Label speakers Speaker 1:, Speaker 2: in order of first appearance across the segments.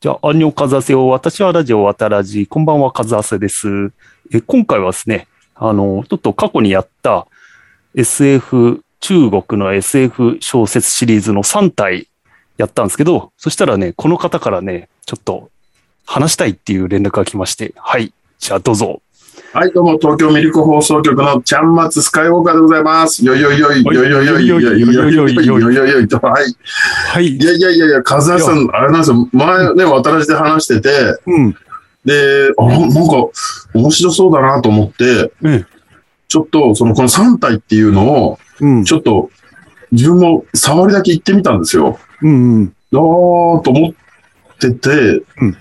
Speaker 1: じゃあ、アンニョンカズアセを、私はラジオ渡らじ、こんばんはカズアセです。え今回はですね、あの、ちょっと過去にやった SF、中国の SF 小説シリーズの3体やったんですけど、そしたらね、この方からね、ちょっと話したいっていう連絡が来まして、はい、じゃあどうぞ。
Speaker 2: はい、どうも、東京ミルク放送局のちゃんまつスカイウォーカーでございます。よいよいよい、よいよいよい、よいよいよい、よいよいよい、よいよいよいと、はい。い
Speaker 1: はい。
Speaker 2: やいやいやいや、和也さん、あれなんですよ、前ね、渡らしで話してて、
Speaker 1: うん。
Speaker 2: で、あ、なんか、面白そうだなと思って、
Speaker 1: うん。
Speaker 2: ちょっと、その、この3体っていうのを、
Speaker 1: うん。
Speaker 2: ちょっと、自分も触りだけ行ってみたんですよ。
Speaker 1: うん。うん。
Speaker 2: あーと思ってて、
Speaker 1: ん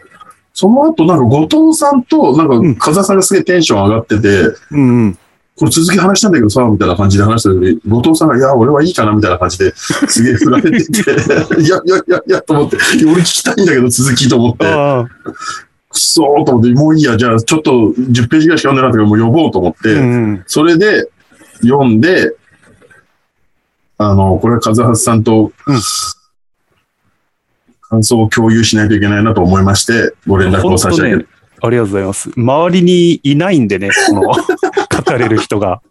Speaker 2: その後、なんか、後藤さんと、なんか、
Speaker 1: ん
Speaker 2: 和也さんがすげえテンション上がってて、
Speaker 1: うん。うん。
Speaker 2: これ続き話したんだけどさ、みたいな感じで話したのに、後藤さんが、いや、俺はいいかな、みたいな感じで、すげえ振られてて、 いや、いや、いや、いや、と思って、いや俺聞きたいんだけど、続きと思って、
Speaker 1: ああ。
Speaker 2: くそーと思って、もういいや、じゃあ、ちょっと10ページぐらいしか読んでなかったけど、もう呼ぼうと思って、
Speaker 1: うん。
Speaker 2: それで、読んで、あの、これは和橋さんと、
Speaker 1: うん
Speaker 2: 感想を共有しないといけないなと思いまして、ご連絡を差し上げ
Speaker 1: 本
Speaker 2: る。
Speaker 1: ありがとうございます。周りにいないんでね、この、 語れる人が。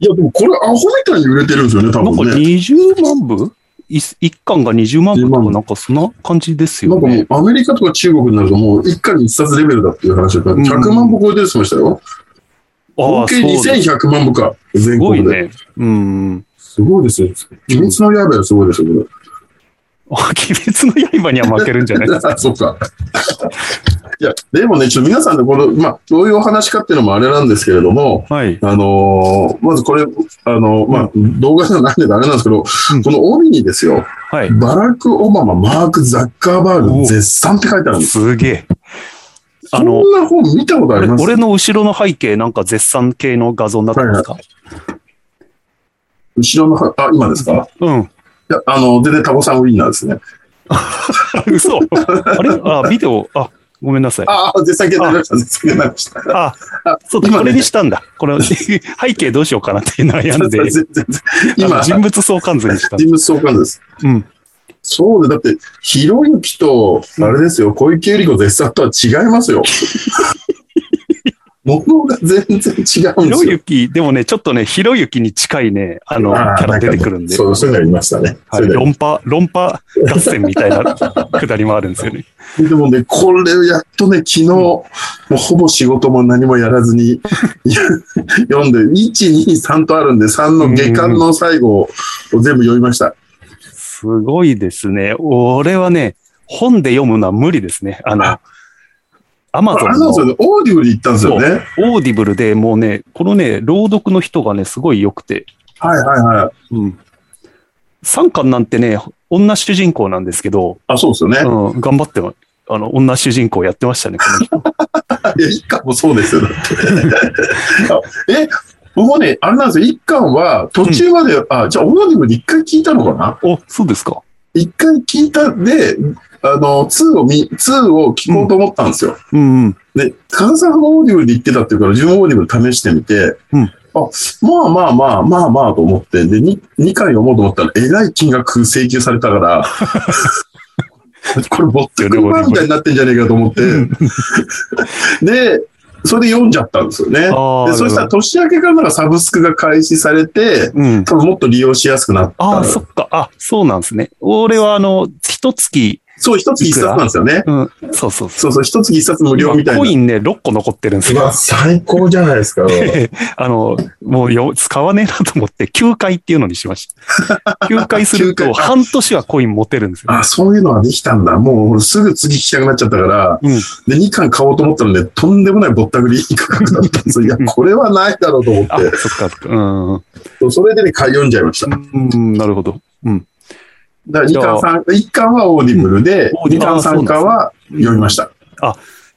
Speaker 2: いや、でもこれ、アホみたいに売れてるんですよね、多
Speaker 1: なんか
Speaker 2: 分ね。
Speaker 1: 20万部い一巻が20万部と
Speaker 2: 20
Speaker 1: か
Speaker 2: 万部
Speaker 1: なんかそんな感じです
Speaker 2: な
Speaker 1: よ
Speaker 2: んかも
Speaker 1: ね。
Speaker 2: うアメリカとか中国になるともう一家に一冊レベルだっていう話だから、
Speaker 1: うん
Speaker 2: 100万部超えてるって言ってましたよ。
Speaker 1: あ
Speaker 2: 合
Speaker 1: あ、
Speaker 2: 計
Speaker 1: そうだす
Speaker 2: 2100万部か、全
Speaker 1: ごい
Speaker 2: 国で。
Speaker 1: ね。うん。
Speaker 2: すごいですよ。秘密の刃よりすごいですよ、こ
Speaker 1: あ、 鬼滅の刃には負けるんじゃないですか。
Speaker 2: れ。そっか。いや、でもね、ちょっと皆さんでこの、まあ、どういうお話かっていうのもあれなんですけれども、
Speaker 1: はい。
Speaker 2: あのーまずこれ、あのーまあ、動画じゃないのであれなんですけど、
Speaker 1: うん
Speaker 2: この帯にですよ、
Speaker 1: はい。
Speaker 2: バラク・オバマ、マーク・ザッカーバーグ絶賛って書いてあるんです。
Speaker 1: すげえ。
Speaker 2: そ
Speaker 1: あ
Speaker 2: ん
Speaker 1: の、
Speaker 2: な本見たことあり
Speaker 1: 俺
Speaker 2: ます
Speaker 1: 俺の後ろの背景なんか絶賛系の画像になってますか、
Speaker 2: 後ろのは、あ、今ですかいや、あの、全然タコさんウィンナーですね。
Speaker 1: うん。 嘘。あれあ、ビデオ。あ、ごめんなさい。
Speaker 2: ああ、絶賛決定りました。絶賛決定りました。
Speaker 1: あ、そうだ、
Speaker 2: 今ね
Speaker 1: これにしたんだ。これ、 背景どうしようかなって悩んで、
Speaker 2: 全然全然
Speaker 1: あ
Speaker 2: 今
Speaker 1: の、人物相関図にした。
Speaker 2: 人物相関です。
Speaker 1: うん。
Speaker 2: そうで、だって、ひろゆきと、あれですよ、小池百合子絶賛とは違いま すよ。ものが全然違うんですよ。
Speaker 1: ひろゆき、でもね、ちょっとね、ひろゆきに近いね、あの、
Speaker 2: あー
Speaker 1: キャラ出てくるんで、
Speaker 2: そう、そういうのありましたね。
Speaker 1: はい、
Speaker 2: そういうのあ
Speaker 1: 論破、論破合戦みたい なくだりもあるんですよね。
Speaker 2: りでもね、これ、やっとね、昨日、もうほぼ仕事も何もやらずに、 読んで、1、2、3とあるんで、3の下巻の最後を全部読みました。
Speaker 1: すごいですね。俺はね、本で読むのは無理ですね。あの
Speaker 2: あ、
Speaker 1: アマゾ
Speaker 2: あれ
Speaker 1: ン
Speaker 2: なん
Speaker 1: の
Speaker 2: ですよね、オーディオで行ったんですよね。
Speaker 1: オーディブルでもうね、このね、朗読の人がね、すごい良くて、
Speaker 2: はいはいはい。
Speaker 1: うん。3巻なんてね、女主人公なんですけど、
Speaker 2: あ、そうですよね。
Speaker 1: うん、頑張って、あの、女主人公やってましたね、こ の人。
Speaker 2: いや、一巻もそう ですよ、だってあえ、僕はね、あれなんですよ、一巻は途中まで、あ、じゃあオーディブルで一回聞いたのかな
Speaker 1: お、そうですか。
Speaker 2: 一回聞いたで、あの、2を見、2を聞こうと思ったんですよ。
Speaker 1: うんうん。
Speaker 2: で、カズさんがオーディブルで言ってたっていうから、自分もオーディブル試してみて、
Speaker 1: うん
Speaker 2: あ、まあまあまあ、まあまあと思って、で、2, 二回読もうと思ったら、えらい金額請求された から、これ持ってくるわみたいになってんじゃねえかと思って、で、それで読んじゃったんですよね。で
Speaker 1: あー
Speaker 2: そしたら年明けからなんかサブスクが開始されて、
Speaker 1: うん。
Speaker 2: 多分もっと利用しやすくなった。
Speaker 1: ああ、そっか。あ、そうなんですね。俺は、あの、一月、
Speaker 2: そう、一つ一冊なんですよね。
Speaker 1: うん、そうそうそう。
Speaker 2: そうそう、一つ一冊無料みたい
Speaker 1: 今コイ
Speaker 2: な。
Speaker 1: ンね、6個残ってるんです
Speaker 2: う
Speaker 1: よ。
Speaker 2: わ最高じゃないですか。
Speaker 1: あの、もうよ、使わねえなと思って、休会っていうのにしま した。休会する
Speaker 2: 休
Speaker 1: と、
Speaker 2: 会あ
Speaker 1: 半年はコイン持てるんですよ。
Speaker 2: あ、そういうのはできたんだ。もう俺すぐ次聞きたくなっちゃったから、
Speaker 1: うん
Speaker 2: で、2巻買おうと思ったので、とんでもないぼったくり価格だったんです よ。いや、これはないだろうと思っ
Speaker 1: あ、
Speaker 2: て
Speaker 1: そっか、そっか。うん。う
Speaker 2: そう、それでね、買い読んじゃいました。だか
Speaker 1: ん、なるほど。うん。
Speaker 2: ら2巻三1巻はオーディブルで、
Speaker 1: うん
Speaker 2: 2巻3巻は読みました。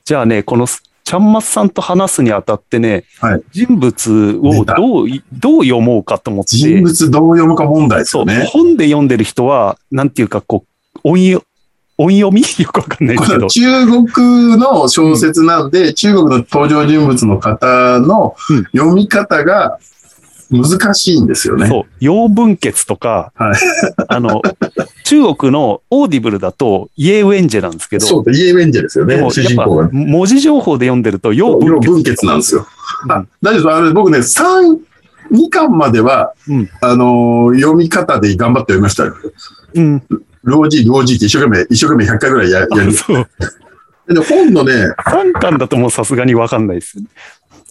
Speaker 1: じゃあね、この、ちゃんまつさんと話すにあたってね、
Speaker 2: はい
Speaker 1: 人物をどうい、どう読もうかと思って、
Speaker 2: 人物どう読むか問題です
Speaker 1: そ
Speaker 2: よ
Speaker 1: う、
Speaker 2: ね。
Speaker 1: 本で読んでる人は、なんていうか、こう、音読、音読み よくわかんないですけ
Speaker 2: こ
Speaker 1: ど
Speaker 2: れ。中国の小説なんで、中国の登場人物の方の
Speaker 1: うん
Speaker 2: 読み方が、難しいんですよね。
Speaker 1: そう、洋文血とか、
Speaker 2: はい
Speaker 1: あの、中国のオーディブルだと、イエウェンジェなんですけど、
Speaker 2: そうだ、イエウェンジェですよ
Speaker 1: で
Speaker 2: ね、
Speaker 1: も
Speaker 2: 主
Speaker 1: やっ
Speaker 2: 人
Speaker 1: ぱ
Speaker 2: 公が。
Speaker 1: 文字情報で読んでると、洋
Speaker 2: 要
Speaker 1: 文血
Speaker 2: 分血なんですよ。
Speaker 1: うん
Speaker 2: あ大丈夫ですあれ僕ね、三2巻までは、
Speaker 1: うん
Speaker 2: あのー読み方で頑張って読みましたよ。
Speaker 1: うん。
Speaker 2: ロージー、ロージーって一生懸命、一生懸命100回ぐらいやや
Speaker 1: あ
Speaker 2: る。
Speaker 1: そう。
Speaker 2: で、本のね、
Speaker 1: 3巻だともうさすがにわかんないですよね。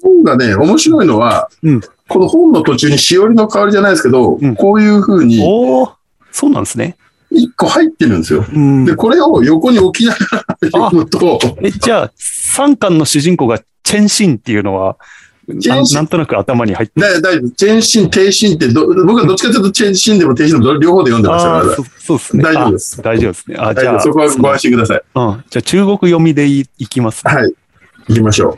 Speaker 2: 本がね、面白いのは、
Speaker 1: うん
Speaker 2: この本の途中にしおりの代わりじゃないですけど、
Speaker 1: うん
Speaker 2: こういうふうに
Speaker 1: おおそうなんですね。
Speaker 2: 1個入ってるんですよ。
Speaker 1: うん
Speaker 2: で、。これを横に置きながら読むと、
Speaker 1: え、じゃあ、3巻の主人公がチェンシンっていうのは、
Speaker 2: チェ
Speaker 1: な
Speaker 2: ンシン
Speaker 1: なんとなく頭に入って
Speaker 2: だだチェーンシン、低シンってど、僕はどっちかというとチェーンシンでも低シンでも両方で読んでました
Speaker 1: あ
Speaker 2: か
Speaker 1: あー、
Speaker 2: ら
Speaker 1: そそうですね。
Speaker 2: 大丈夫です
Speaker 1: あ大丈夫ですね。あ、
Speaker 2: 大
Speaker 1: じ
Speaker 2: 丈
Speaker 1: ゃ
Speaker 2: 夫
Speaker 1: あ、
Speaker 2: そこはご安心ください。
Speaker 1: うん。じゃあ、中国読みでいいきます。
Speaker 2: はい。行きましょう。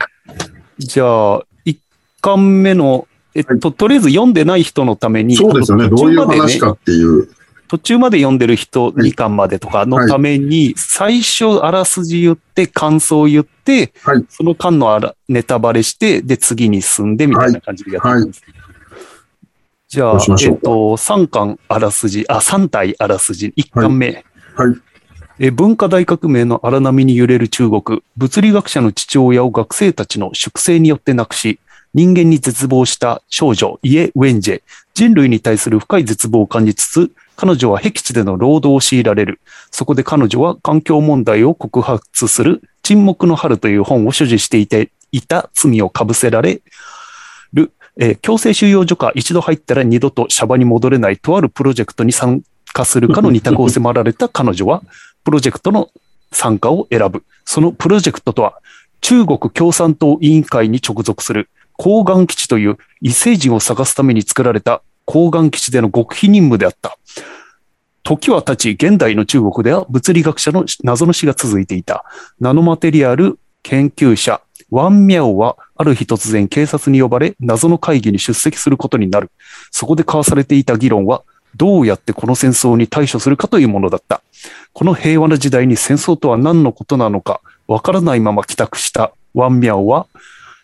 Speaker 1: じゃあ、1巻目の、えっと、とりあえず読んでない人のために、
Speaker 2: そうですよね。
Speaker 1: あの
Speaker 2: どうい
Speaker 1: 途中ま
Speaker 2: う
Speaker 1: でね
Speaker 2: 話かっていう。
Speaker 1: 途中まで読んでる人
Speaker 2: い
Speaker 1: 2巻までとかのために、最初あらすじ言って、感想を言って、
Speaker 2: はい
Speaker 1: その間のあらネタバレして、で、次に進んでみたいな感じでやっていくんです。じゃ
Speaker 2: ど
Speaker 1: あ
Speaker 2: うしま、し
Speaker 1: え
Speaker 2: ょう
Speaker 1: っと、3巻あらすじ、あ、3体あらすじ、1巻目。
Speaker 2: はい。
Speaker 1: えー文化大革命の荒波に揺れる中国、物理学者の父親を学生たちの粛清によって亡くし、人間に絶望した少女、イエ・ウェンジェ。人類に対する深い絶望を感じつつ、彼女は僻地での労働を強いられる。そこで彼女は環境問題を告発する沈黙の春という本を所持していて、いた罪をかぶせられる、えー強制収容所か一度入ったら二度とシャバに戻れないとあるプロジェクトに参加するかの二択を迫られた彼女は、 プロジェクトの参加を選ぶ。そのプロジェクトとは、中国共産党委員会に直属する抗岩基地という異星人を探すために作られた抗岩基地での極秘任務であった。時は経ち、現代の中国では物理学者の謎の死が続いていた。ナノマテリアル研究者、ワン・ミャオは、ある日突然警察に呼ばれ、謎の会議に出席することになる。そこで交わされていた議論は、どうやってこの戦争に対処するかというものだった。この平和な時代に戦争とは何のことなのか、わからないまま帰宅したワン・ミャオは、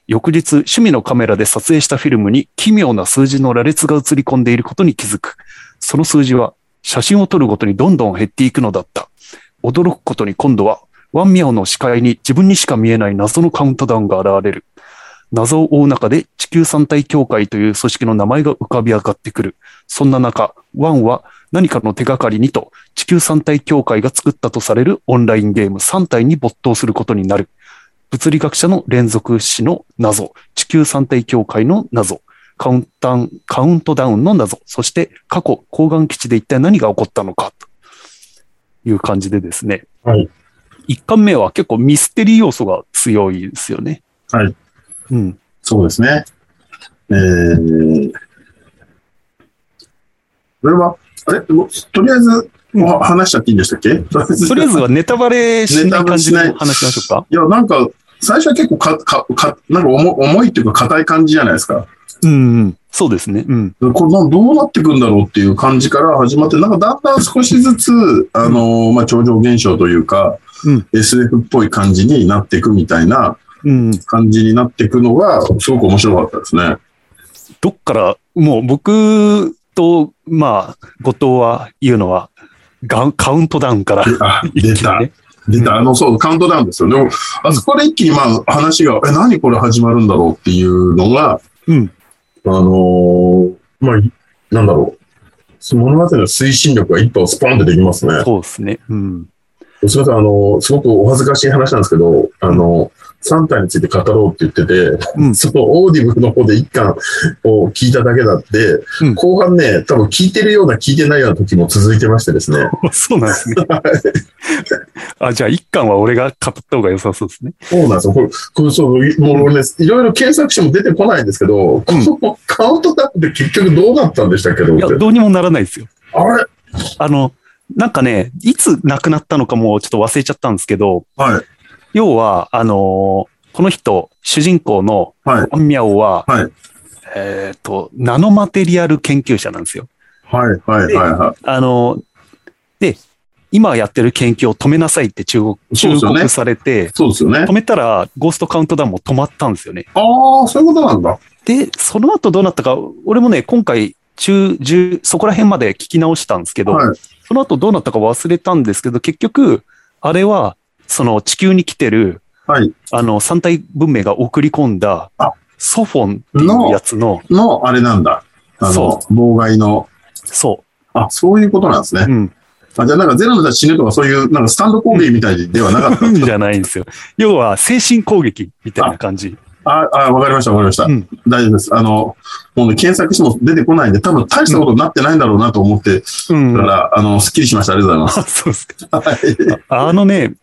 Speaker 1: 翌日、趣味のカメラで撮影したフィルムに奇妙な数字の羅列が映り込んでいることに気づく。その数字は写真を撮るごとにどんどん減っていくのだった。驚くことに今度は、ワンミャオの視界に自分にしか見えない謎のカウントダウンが現れる。謎を追う中で地球三体協会という組織の名前が浮かび上がってくる。そんな中、ワンは何かの手がかりにと地球三体協会が作ったとされるオンラインゲーム三体に没頭することになる。物理学者の連続死の謎、地球三体協会の謎、カウンタンカウントダウンの謎、そして過去、抗岩基地で一体何が起こったのか、という感じでですね。
Speaker 2: はい。
Speaker 1: 一巻目は結構ミステリー要素が強いですよね。
Speaker 2: はい。
Speaker 1: うん。
Speaker 2: そうですね。えー。これは、あれもうとりあえず、
Speaker 1: うん
Speaker 2: お話しちゃっていいんでしたっけとりあえず。
Speaker 1: とりあえずはネタバレし
Speaker 2: ネ
Speaker 1: な
Speaker 2: タ
Speaker 1: い
Speaker 2: バ
Speaker 1: 感
Speaker 2: レ
Speaker 1: じ
Speaker 2: し
Speaker 1: で
Speaker 2: ない
Speaker 1: 話しましょうか。
Speaker 2: いや、なんか、最初は結構か、か、か、なんか重重いっていうか硬い感じじゃないですか。
Speaker 1: うん、うん。そうですね。うん。
Speaker 2: これなどうなってくんだろうっていう感じから始まって、なんかだんだん少しずつ、あのーまあ、超常現象というか、
Speaker 1: うん
Speaker 2: SF っぽい感じになっていくみたいな
Speaker 1: うん。
Speaker 2: 感じになっていくのが、すごく面白かったですね。
Speaker 1: どっから、もう僕と、まあ、後藤は言うのは、ガンカウントダウンから。
Speaker 2: あ、 出た。
Speaker 1: ね
Speaker 2: 出た。あの、そう、カウントダウンですよね。でもあそこで一気に、まあ、話が、え、何これ始まるんだろうっていうのが、
Speaker 1: うん。
Speaker 2: あのーまあ、いなんだろう。その物語の推進力が一歩スポンってできますね。
Speaker 1: そうですね。うん。
Speaker 2: すみません、あの、すごくお恥ずかしい話なんですけど、あの、3体について語ろうって言ってて、
Speaker 1: うん
Speaker 2: そのオーディブルの方で1巻を聞いただけだって、
Speaker 1: うん
Speaker 2: 後半ね、多分聞いてるような聞いてないような時も続いてましてですね。
Speaker 1: そうなんですね。あ、じゃあ、一巻は俺が語った方が良さそうですね。
Speaker 2: そうなんですよ。これ、これそう、もう俺ね、いろいろ検索しても出てこないんですけど、このカウントダウンって結局どうなったんでしたっけどっ
Speaker 1: い
Speaker 2: て
Speaker 1: や、どうにもならないですよ。
Speaker 2: あれ
Speaker 1: あの、なんかね、いつ亡くなったのかもちょっと忘れちゃったんですけど、
Speaker 2: はい。
Speaker 1: 要は、あのーこの人、主人公の
Speaker 2: はい。
Speaker 1: アンミャオは、
Speaker 2: はい
Speaker 1: えっ、と、ナノマテリアル研究者なんですよ。
Speaker 2: はい。はい。はい。はい。
Speaker 1: あのーで、今やってる研究を止めなさいって中国、
Speaker 2: そう
Speaker 1: 忠
Speaker 2: ですよね
Speaker 1: 告されて、
Speaker 2: そうですよね
Speaker 1: 止。めたら、ゴーストカウントダウンも止まったんですよね。
Speaker 2: ああ、そういうことなんだ。
Speaker 1: で、その後どうなったか、俺もね、今回、中、中、そこら辺まで聞き直したんですけど、
Speaker 2: はい。
Speaker 1: その後どうなったか忘れたんですけど、結局、あれは、その地球に来てる、
Speaker 2: はい。
Speaker 1: あの、三体文明が送り込んだ
Speaker 2: あ、
Speaker 1: ソフォンっていうやつの、
Speaker 2: の、あれなんだ。あの
Speaker 1: そ、
Speaker 2: 妨害の。
Speaker 1: そ
Speaker 2: あ、そういうことなんです
Speaker 1: う、
Speaker 2: ね。
Speaker 1: うん、
Speaker 2: あじゃあなんかゼロの人は死ぬとかそういう、なんかスタンド攻撃みたいではなかった。
Speaker 1: じゃないんですよ。要は、精神攻撃みたいな感じ。
Speaker 2: ああ、わかりました、わかりました。
Speaker 1: うん
Speaker 2: 大丈夫です。あの、もうね、検索しても出てこないんで、多分大したことになってないんだろうなと思って、
Speaker 1: うん
Speaker 2: だか。ら、あの、すっきりしました。ありがとうござい
Speaker 1: あそうですか。
Speaker 2: ます。はい。
Speaker 1: あのね、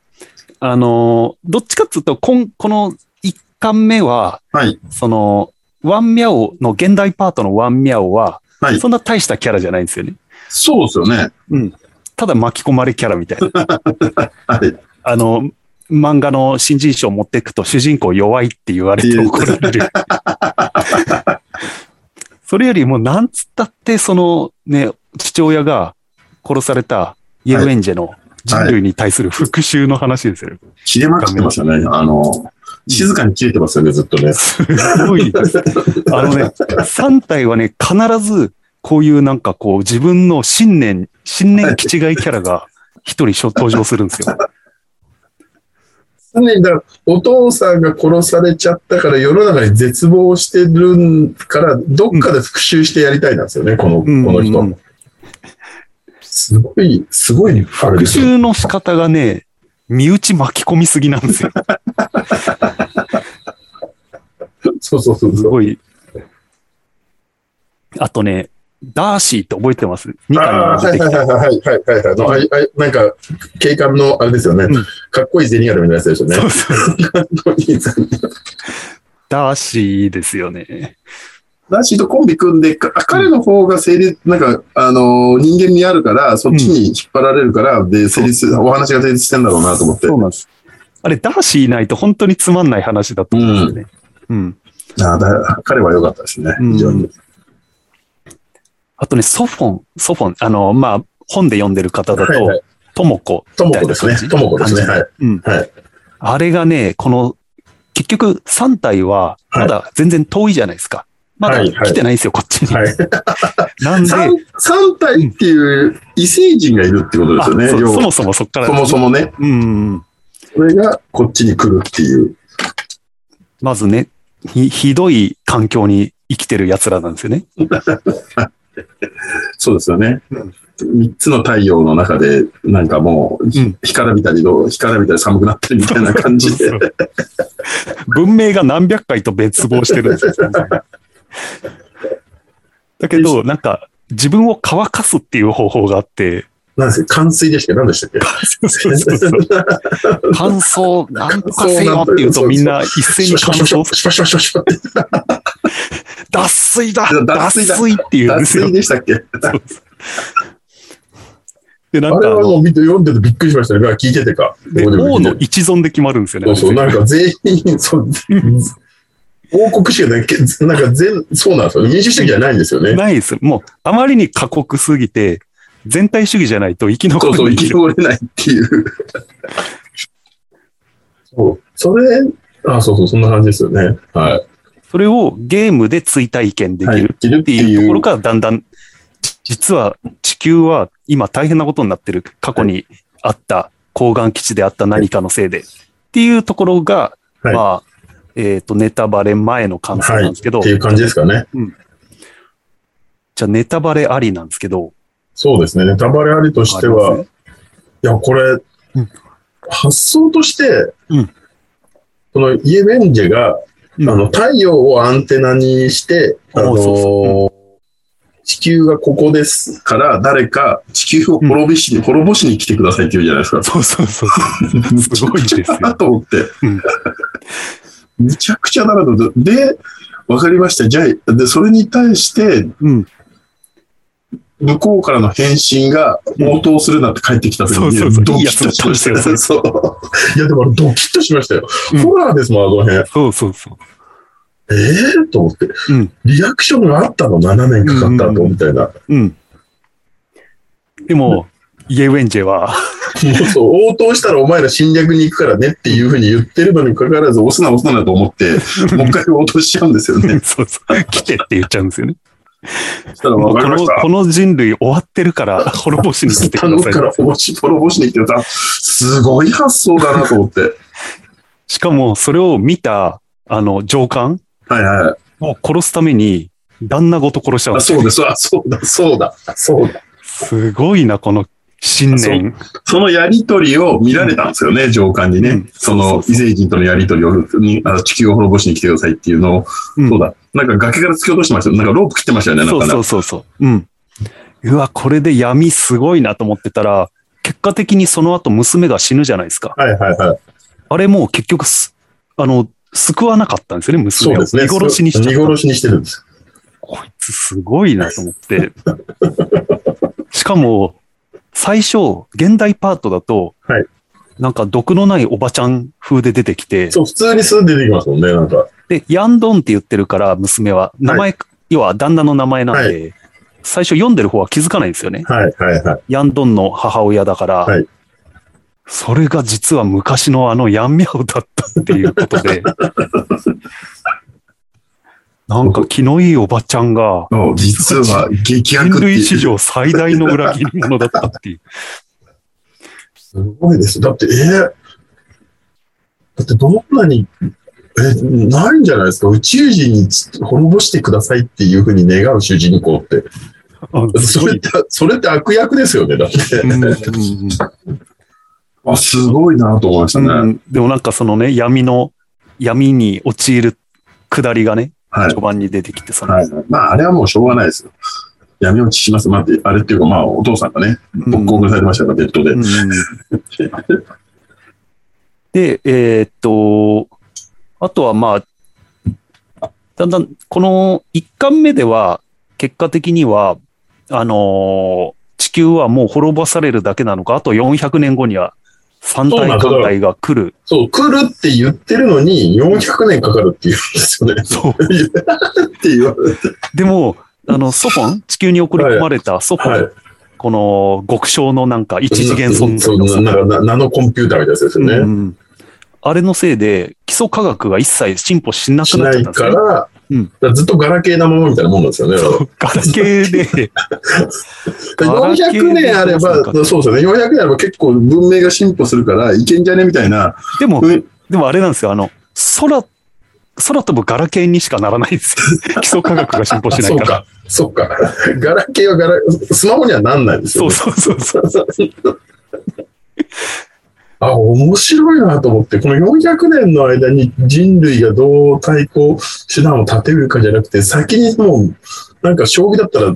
Speaker 1: あの、どっちかっつうと、こんこの一巻目は、
Speaker 2: はい。
Speaker 1: その、ワンミャオの現代パートのワンミャオは、
Speaker 2: はい
Speaker 1: そんな大したキャラじゃないんですよね。
Speaker 2: そうですよね。
Speaker 1: うん。ただ巻き込まれキャラみたいな。
Speaker 2: はい。っ
Speaker 1: あの、漫画の新人賞を持っていくと主人公弱いって言われて怒られ る。それよりも、なんつったって、そのね、父親が殺されたイエウエンジェの人類に対する復讐の話ですよ。
Speaker 2: 切れまくってましたね。あの、静かに切れてますよね、ずっとね。
Speaker 1: すごいです。あのね、3体はね、必ずこういうなんかこう自分の信念、信念気違いキャラが一人登場するんですよ。
Speaker 2: 常にだからお父さんが殺されちゃったから世の中に絶望してるからどっかで復讐してやりたいなんですよね、このこ
Speaker 1: うん
Speaker 2: の人、
Speaker 1: うん
Speaker 2: すごいすごい復
Speaker 1: 復讐の仕方がね、身内巻き込みすぎなんですよ。
Speaker 2: そうそうそう
Speaker 1: す
Speaker 2: そう
Speaker 1: ごい。あとね、ダーシーって覚えてますみたい
Speaker 2: あ
Speaker 1: なのが
Speaker 2: あは
Speaker 1: 出
Speaker 2: い
Speaker 1: て
Speaker 2: は
Speaker 1: き
Speaker 2: いはいはいはいはいはいあのはいはいなんか警官のあれですよね、
Speaker 1: うん
Speaker 2: かっこいいゼニガルみたいなやつですよね
Speaker 1: た。そうそう
Speaker 2: かっこいいゼニガル
Speaker 1: ダーシーですよね。
Speaker 2: ラッシーとコンビ組んで、か彼の方が成立、なんか、あのー人間味あるから、そっちに引っ張られるから、で、成立、お話が成立してんだろうなと思って。
Speaker 1: そうなんです。あれ、ダーシーいないと本当につまんない話だと思うんですよね。うん
Speaker 2: ああだ彼は良かったですね、非常に。
Speaker 1: あとね、ソフォン、ソフォン、あの、まあ、本で読んでる方だ
Speaker 2: はいは
Speaker 1: と、
Speaker 2: い。
Speaker 1: トモコ
Speaker 2: と
Speaker 1: み
Speaker 2: も
Speaker 1: たい
Speaker 2: こ
Speaker 1: な
Speaker 2: です
Speaker 1: 感
Speaker 2: ね
Speaker 1: じ。。
Speaker 2: ともこですね。はい。
Speaker 1: うん。
Speaker 2: はい。
Speaker 1: あれがね、この、結局3体は、まだ全然遠いじゃないですか。まだ
Speaker 2: はいはい
Speaker 1: 来てないんですよ、こっちに。
Speaker 2: はい。
Speaker 1: なんで、
Speaker 2: 三、三体っていう異星人がいるってことで
Speaker 1: あ
Speaker 2: すよね、
Speaker 1: そ
Speaker 2: 要
Speaker 1: そ
Speaker 2: は
Speaker 1: もそもそっから
Speaker 2: そ、もそもね、
Speaker 1: うん。
Speaker 2: それがこっちに来るっていう。
Speaker 1: まずね、ひひどい環境に生きてる奴らなんですよね。
Speaker 2: そうですよね
Speaker 1: うん。
Speaker 2: 三つの太陽の中で、なんかもう、
Speaker 1: うん
Speaker 2: 干からびたりどう、干からびたり寒くなってるみたいな感じで
Speaker 1: そ。うそうそう文明が何百回と滅亡してるんですよ。だけど、なんか、自分を乾かすっていう方法があ って、
Speaker 2: なんですか冠水でしたっけ何でしたっけ
Speaker 1: そうそうそう乾燥、なんとかせよって言うとみんな一斉に
Speaker 2: シュ
Speaker 1: 乾
Speaker 2: ワシュワ
Speaker 1: 燥
Speaker 2: シュワシュワシュワシュワシュワシュワ
Speaker 1: 脱水だ脱
Speaker 2: 脱水だ
Speaker 1: 水って言うん
Speaker 2: 脱
Speaker 1: ですよ
Speaker 2: 水。でしたっけ
Speaker 1: で、な
Speaker 2: あ
Speaker 1: ん
Speaker 2: れ
Speaker 1: かあ
Speaker 2: は
Speaker 1: の、
Speaker 2: もう見て読んでてびっくりしましたね。聞いててか。
Speaker 1: で
Speaker 2: どこでも
Speaker 1: 王
Speaker 2: 聞いて
Speaker 1: の一存で決まるんですよね。
Speaker 2: そうそう、なんか全員、そう、王国主義だけ、なんか全、そうなんですよね。民主主義じゃないんですよね。
Speaker 1: ないです。もう、あまりに過酷すぎて、全体主義じゃないと生き残
Speaker 2: そ
Speaker 1: れな
Speaker 2: う
Speaker 1: い
Speaker 2: そ
Speaker 1: ん
Speaker 2: う、
Speaker 1: ですよ。
Speaker 2: 生き残れないっていう。そう、それ、あ、そうそう、そんな感じですよね。はい。
Speaker 1: それをゲームで追体験でき
Speaker 2: はい
Speaker 1: る
Speaker 2: いるっ
Speaker 1: って
Speaker 2: て
Speaker 1: いうと
Speaker 2: い
Speaker 1: こ
Speaker 2: う
Speaker 1: ろ。からだんだん、実は地球は今大変なことになってる。過去にあった高岩基地であった何かのせいで。っていうところが、
Speaker 2: はい
Speaker 1: まあ、えっ、と、ネタバレ前の感想
Speaker 2: は。
Speaker 1: ないんですけど、
Speaker 2: っていう感じですかね。
Speaker 1: じゃあネタバレありなんですけど、
Speaker 2: そうですね。ネタバレありとして
Speaker 1: あり
Speaker 2: は、
Speaker 1: ます
Speaker 2: いや、これ、
Speaker 1: うん
Speaker 2: 発想として、
Speaker 1: うん
Speaker 2: このイエベンジェが、
Speaker 1: うん
Speaker 2: あの太陽をアンテナにして、あの
Speaker 1: おうそう
Speaker 2: 地球がここですから、誰か地球を滅びしに、滅ぼしに来てくださいって言うじゃないですか。
Speaker 1: そうそうそう。 すごいですよ
Speaker 2: めちゃくちゃだなと思って
Speaker 1: うん。
Speaker 2: めちゃくちゃだなと思って。で、わかりました。じゃあ、で、それに対して、
Speaker 1: うん。
Speaker 2: 向こうからの返信が応答するなって帰ってきた時
Speaker 1: うん
Speaker 2: に、
Speaker 1: そうそうそう
Speaker 2: ドキッとしました
Speaker 1: いいやつだったん
Speaker 2: よ。そう。いや、でもあれドキッとしましたよ。
Speaker 1: うん
Speaker 2: ホラーですもん、あの辺。え
Speaker 1: そうそうそう。
Speaker 2: えと思って。
Speaker 1: うん
Speaker 2: リアクションがあったの、7年かかったと、みたいな。
Speaker 1: うん。でも、イエウェンジェは、
Speaker 2: もうそう、応答したらお前ら侵略に行くからねっていうふうに言ってるのにもかかわらず、押すな押すなと思って、もう一回応答しちゃうんですよ ね。
Speaker 1: そうそう、来てって言っちゃうんですよね。
Speaker 2: そしたら
Speaker 1: も
Speaker 2: わ
Speaker 1: う
Speaker 2: か
Speaker 1: こ
Speaker 2: りま
Speaker 1: の
Speaker 2: した。
Speaker 1: この人類終わってるから滅ぼしに来てく
Speaker 2: 頼
Speaker 1: だ
Speaker 2: む
Speaker 1: さい
Speaker 2: か。ら滅ぼし、滅ぼしに来てた。すごい発想だなと思って。
Speaker 1: しかもそれを見た、あの、上官
Speaker 2: はいはい。
Speaker 1: を殺すために、旦那ごと殺しちゃうん
Speaker 2: あ、
Speaker 1: です
Speaker 2: そうです。あ、そうだ、そうだ、そうだ。
Speaker 1: すごいな、この信念。
Speaker 2: そのやりとりを見られたんですよね、上官に
Speaker 1: う
Speaker 2: ね
Speaker 1: ん。
Speaker 2: そ
Speaker 1: そ
Speaker 2: の
Speaker 1: うそう
Speaker 2: 異星人とのやりとりをにあ地球を滅ぼしに来てくださいっていうのを、
Speaker 1: うん
Speaker 2: そうだ。なんか崖から突き落としてましたよ。なんかロープ切ってましたよね、なん
Speaker 1: そ
Speaker 2: か
Speaker 1: う
Speaker 2: ね。
Speaker 1: そうそうそう。うん。うわ、これで闇すごいなと思ってたら、結果的にその後娘が死ぬじゃないですか。
Speaker 2: はいはいはい。
Speaker 1: あれも結局す、あの、救わなかったんですよね、
Speaker 2: そ
Speaker 1: 娘
Speaker 2: う
Speaker 1: を。
Speaker 2: ですね。
Speaker 1: 見殺しにしちゃ
Speaker 2: 見
Speaker 1: った。
Speaker 2: 殺しにしてるんです。
Speaker 1: こいつすごいなと思って。 しかも、最初、現代パートだと、
Speaker 2: はい
Speaker 1: なんか毒のないおばちゃん風で出てきて、
Speaker 2: そう、普通にすぐ出てきますもんね、なんか。
Speaker 1: で、ヤンドンって言ってるから、娘は、名前、要は旦那の名前なんで、最初読んでる方は気づかないんですよね。
Speaker 2: はいはいはい。
Speaker 1: ヤンドンの母親だから、
Speaker 2: はい
Speaker 1: それが実は昔のあのヤンミャオだったっていうことで、 なんか気のいいおばちゃんが、
Speaker 2: そう実は激悪
Speaker 1: 人
Speaker 2: っていう
Speaker 1: 類史上最大の裏切り者だったっていう。
Speaker 2: すごいです。だって、えーだってどんなに、え、ないんじゃないですか宇宙人に滅ぼしてくださいっていうふうに願う主人公って。
Speaker 1: あす
Speaker 2: そ
Speaker 1: ご
Speaker 2: れっ
Speaker 1: い。
Speaker 2: て、それって悪役ですよね、だって。
Speaker 1: うんうん
Speaker 2: あ、すごいなと思いましたね。
Speaker 1: うんでもなんかそのね、闇の、闇に陥る下りがね、
Speaker 2: はい
Speaker 1: 序。盤に出てきて、その、
Speaker 2: はい。まあ、あれはもうしょうがないですよ。闇落ちします。まあ、あれっていうか、まあ、お父さんがね、ボッコボコにされてましたから、ベッドで。
Speaker 1: で、えーっと、あとはまあ、だんだん、この1巻目では、結果的には、あのー地球はもう滅ぼされるだけなのか、あと400年後には三
Speaker 2: そう
Speaker 1: 大
Speaker 2: なんだ
Speaker 1: 艦隊が来る。
Speaker 2: そう、来るって言ってるのに、400年かかるっていうんですよね。
Speaker 1: そう。
Speaker 2: って言われて。
Speaker 1: でも、あの、ソフォン、地球に送り込まれたソフォン、
Speaker 2: はい。
Speaker 1: この極小のなんか一次元存在の
Speaker 2: そうななんかナナノコンピューターみたいなやつですよね。
Speaker 1: うんあれのせいで、基礎科学が一切進歩しなく
Speaker 2: し
Speaker 1: なっ
Speaker 2: な
Speaker 1: ちゃっ
Speaker 2: い
Speaker 1: たんです
Speaker 2: か
Speaker 1: よ
Speaker 2: ら、
Speaker 1: ね。うん
Speaker 2: だからずっとガラケーなままみたいなもんなんですよね。
Speaker 1: ガラケー で、
Speaker 2: だから
Speaker 1: ガラケー
Speaker 2: 400年あれば、
Speaker 1: そうか
Speaker 2: そうですよね。400年あれば結構文明が進歩するから、いけんじゃねみたいな。
Speaker 1: でも、
Speaker 2: うん
Speaker 1: でもあれなんですよ、あの、空、空飛ぶガラケーにしかならないんですよ。基礎科学が進歩しな
Speaker 2: そ
Speaker 1: いうから。
Speaker 2: か、そうか。ガラケーはガラ、スマホにはなんないです
Speaker 1: そ
Speaker 2: よ、
Speaker 1: う
Speaker 2: ね。
Speaker 1: そうそうそう。
Speaker 2: あ、面白いなと思って、この400年の間に人類がどう対抗手段を立てるかじゃなくて、先にもう、なんか将棋だったら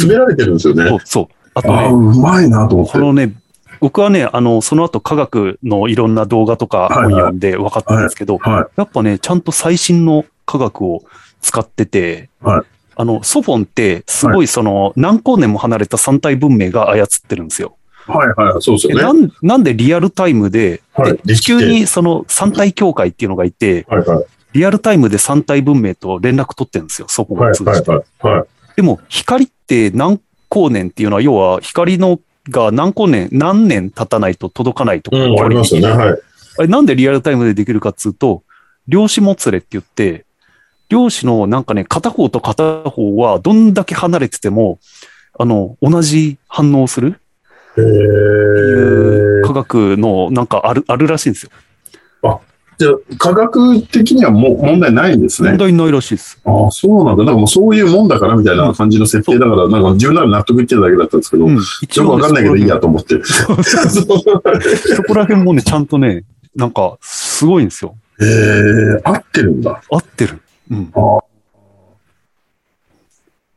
Speaker 2: 滑られてるんですよね。
Speaker 1: そうそう。あと
Speaker 2: あ
Speaker 1: ね、
Speaker 2: うまいなと思って
Speaker 1: こ。のね、僕はね、あの、その後科学のいろんな動画とか
Speaker 2: はいは
Speaker 1: 本
Speaker 2: い
Speaker 1: 読んで分かったんですけど、
Speaker 2: は
Speaker 1: やっぱね、ちゃんと最新の科学を使ってて、
Speaker 2: はい
Speaker 1: あの、ソフォンって、すごいその、何光年も離れた三体文明が操ってるんですよ。
Speaker 2: い。はいはい。そうです
Speaker 1: で
Speaker 2: よね。
Speaker 1: なんなんでリアルタイムで、
Speaker 2: はい
Speaker 1: で
Speaker 2: で
Speaker 1: 地
Speaker 2: きて
Speaker 1: 球にその三体協会っていうのがいて、
Speaker 2: はいはい。
Speaker 1: リアルタイムで三体文明と連絡取ってるんですよ、そこ
Speaker 2: は
Speaker 1: を
Speaker 2: い
Speaker 1: 通じて。
Speaker 2: はいはい。はい
Speaker 1: でも、光って何光年っていうのは、要は光のが何光年、何年経たないと届かないとか、
Speaker 2: うん、ありますよね。はい。
Speaker 1: あれなんでリアルタイムでできるかっつうと、量子もつれって言って、量子のなんかね、片方と片方はどんだけ離れてても、あの、同じ反応をする
Speaker 2: え
Speaker 1: っていう
Speaker 2: ー、
Speaker 1: 科学のなんかある、あるらしいんですよ。
Speaker 2: じゃあ科学的にはもう問題ないんです
Speaker 1: 問
Speaker 2: ね。
Speaker 1: 題ないらしいです。
Speaker 2: ああ、そうなんだ。なんかもうそういうもんだからみたいな感じの設定だから、なんか自分なら納得いってただけだったんですけど、
Speaker 1: う
Speaker 2: よ
Speaker 1: ん。一
Speaker 2: くわかんないけどいいやと思って。
Speaker 1: そこら辺もね、ちゃんとね、なんか、すごいんですよ。
Speaker 2: ええ合ってるんだ。
Speaker 1: 合ってる。 うん。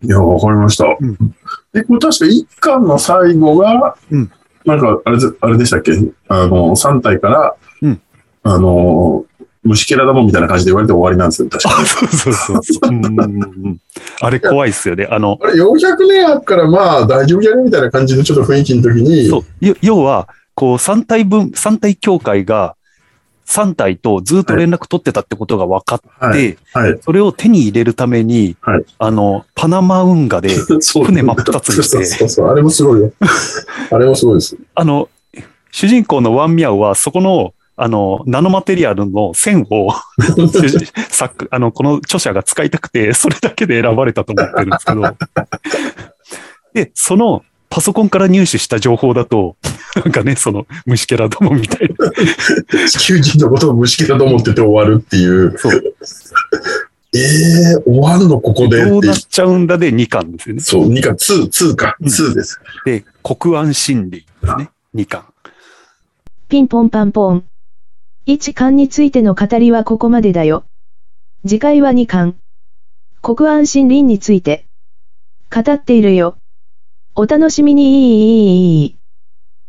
Speaker 2: いや、わかりました。
Speaker 1: ん
Speaker 2: で、これ確か一巻の最後が、
Speaker 1: うん
Speaker 2: なんか、あれぜ、あれでしたっけあの、三体から、
Speaker 1: うん
Speaker 2: あの、虫けらだもんみたいな感じで言われて終わりなんですよ、確か
Speaker 1: あ、そうそうそうそう。うんうんうんうんあれ怖いっすよね。あの、
Speaker 2: あれ、400年あっから、まあ、大丈夫じゃねみたいな感じのちょっと雰囲気の時に、
Speaker 1: そう、よ要は、こう、三体分、三体協会が、 3体とずっと連絡取ってたってことが分かって、
Speaker 2: はいはい。
Speaker 1: それを手に入れるために、
Speaker 2: はい
Speaker 1: あの、パナマ運河で、
Speaker 2: そう
Speaker 1: 船真っ二つにして
Speaker 2: そうそうそう。あれもすごいよ。あれもすごいです。
Speaker 1: あの、主人公のワンミャオは、そこの、あの、ナノマテリアルの線 を、作、あの、この著者が使いたくて、それだけで選ばれたと思ってるんですけど。で、その、パソコンから入手した情報だと、なんかね、その、虫キャラどもみたいな。
Speaker 2: 地球人のことを虫けだと思ってて終わるっていう。
Speaker 1: そう。
Speaker 2: ええ終わるのここで
Speaker 1: どう
Speaker 2: って
Speaker 1: なっ。ちゃうんだで2巻ですよね。
Speaker 2: そう、2か、2、2か、
Speaker 1: うん
Speaker 2: 2です。
Speaker 1: で、国安心理ですね。2巻。
Speaker 3: ピンポンパンポン。1巻についての語りはここまでだよ。次回は2巻。国安森林について。語っているよ。お楽しみにいいいいいいいい。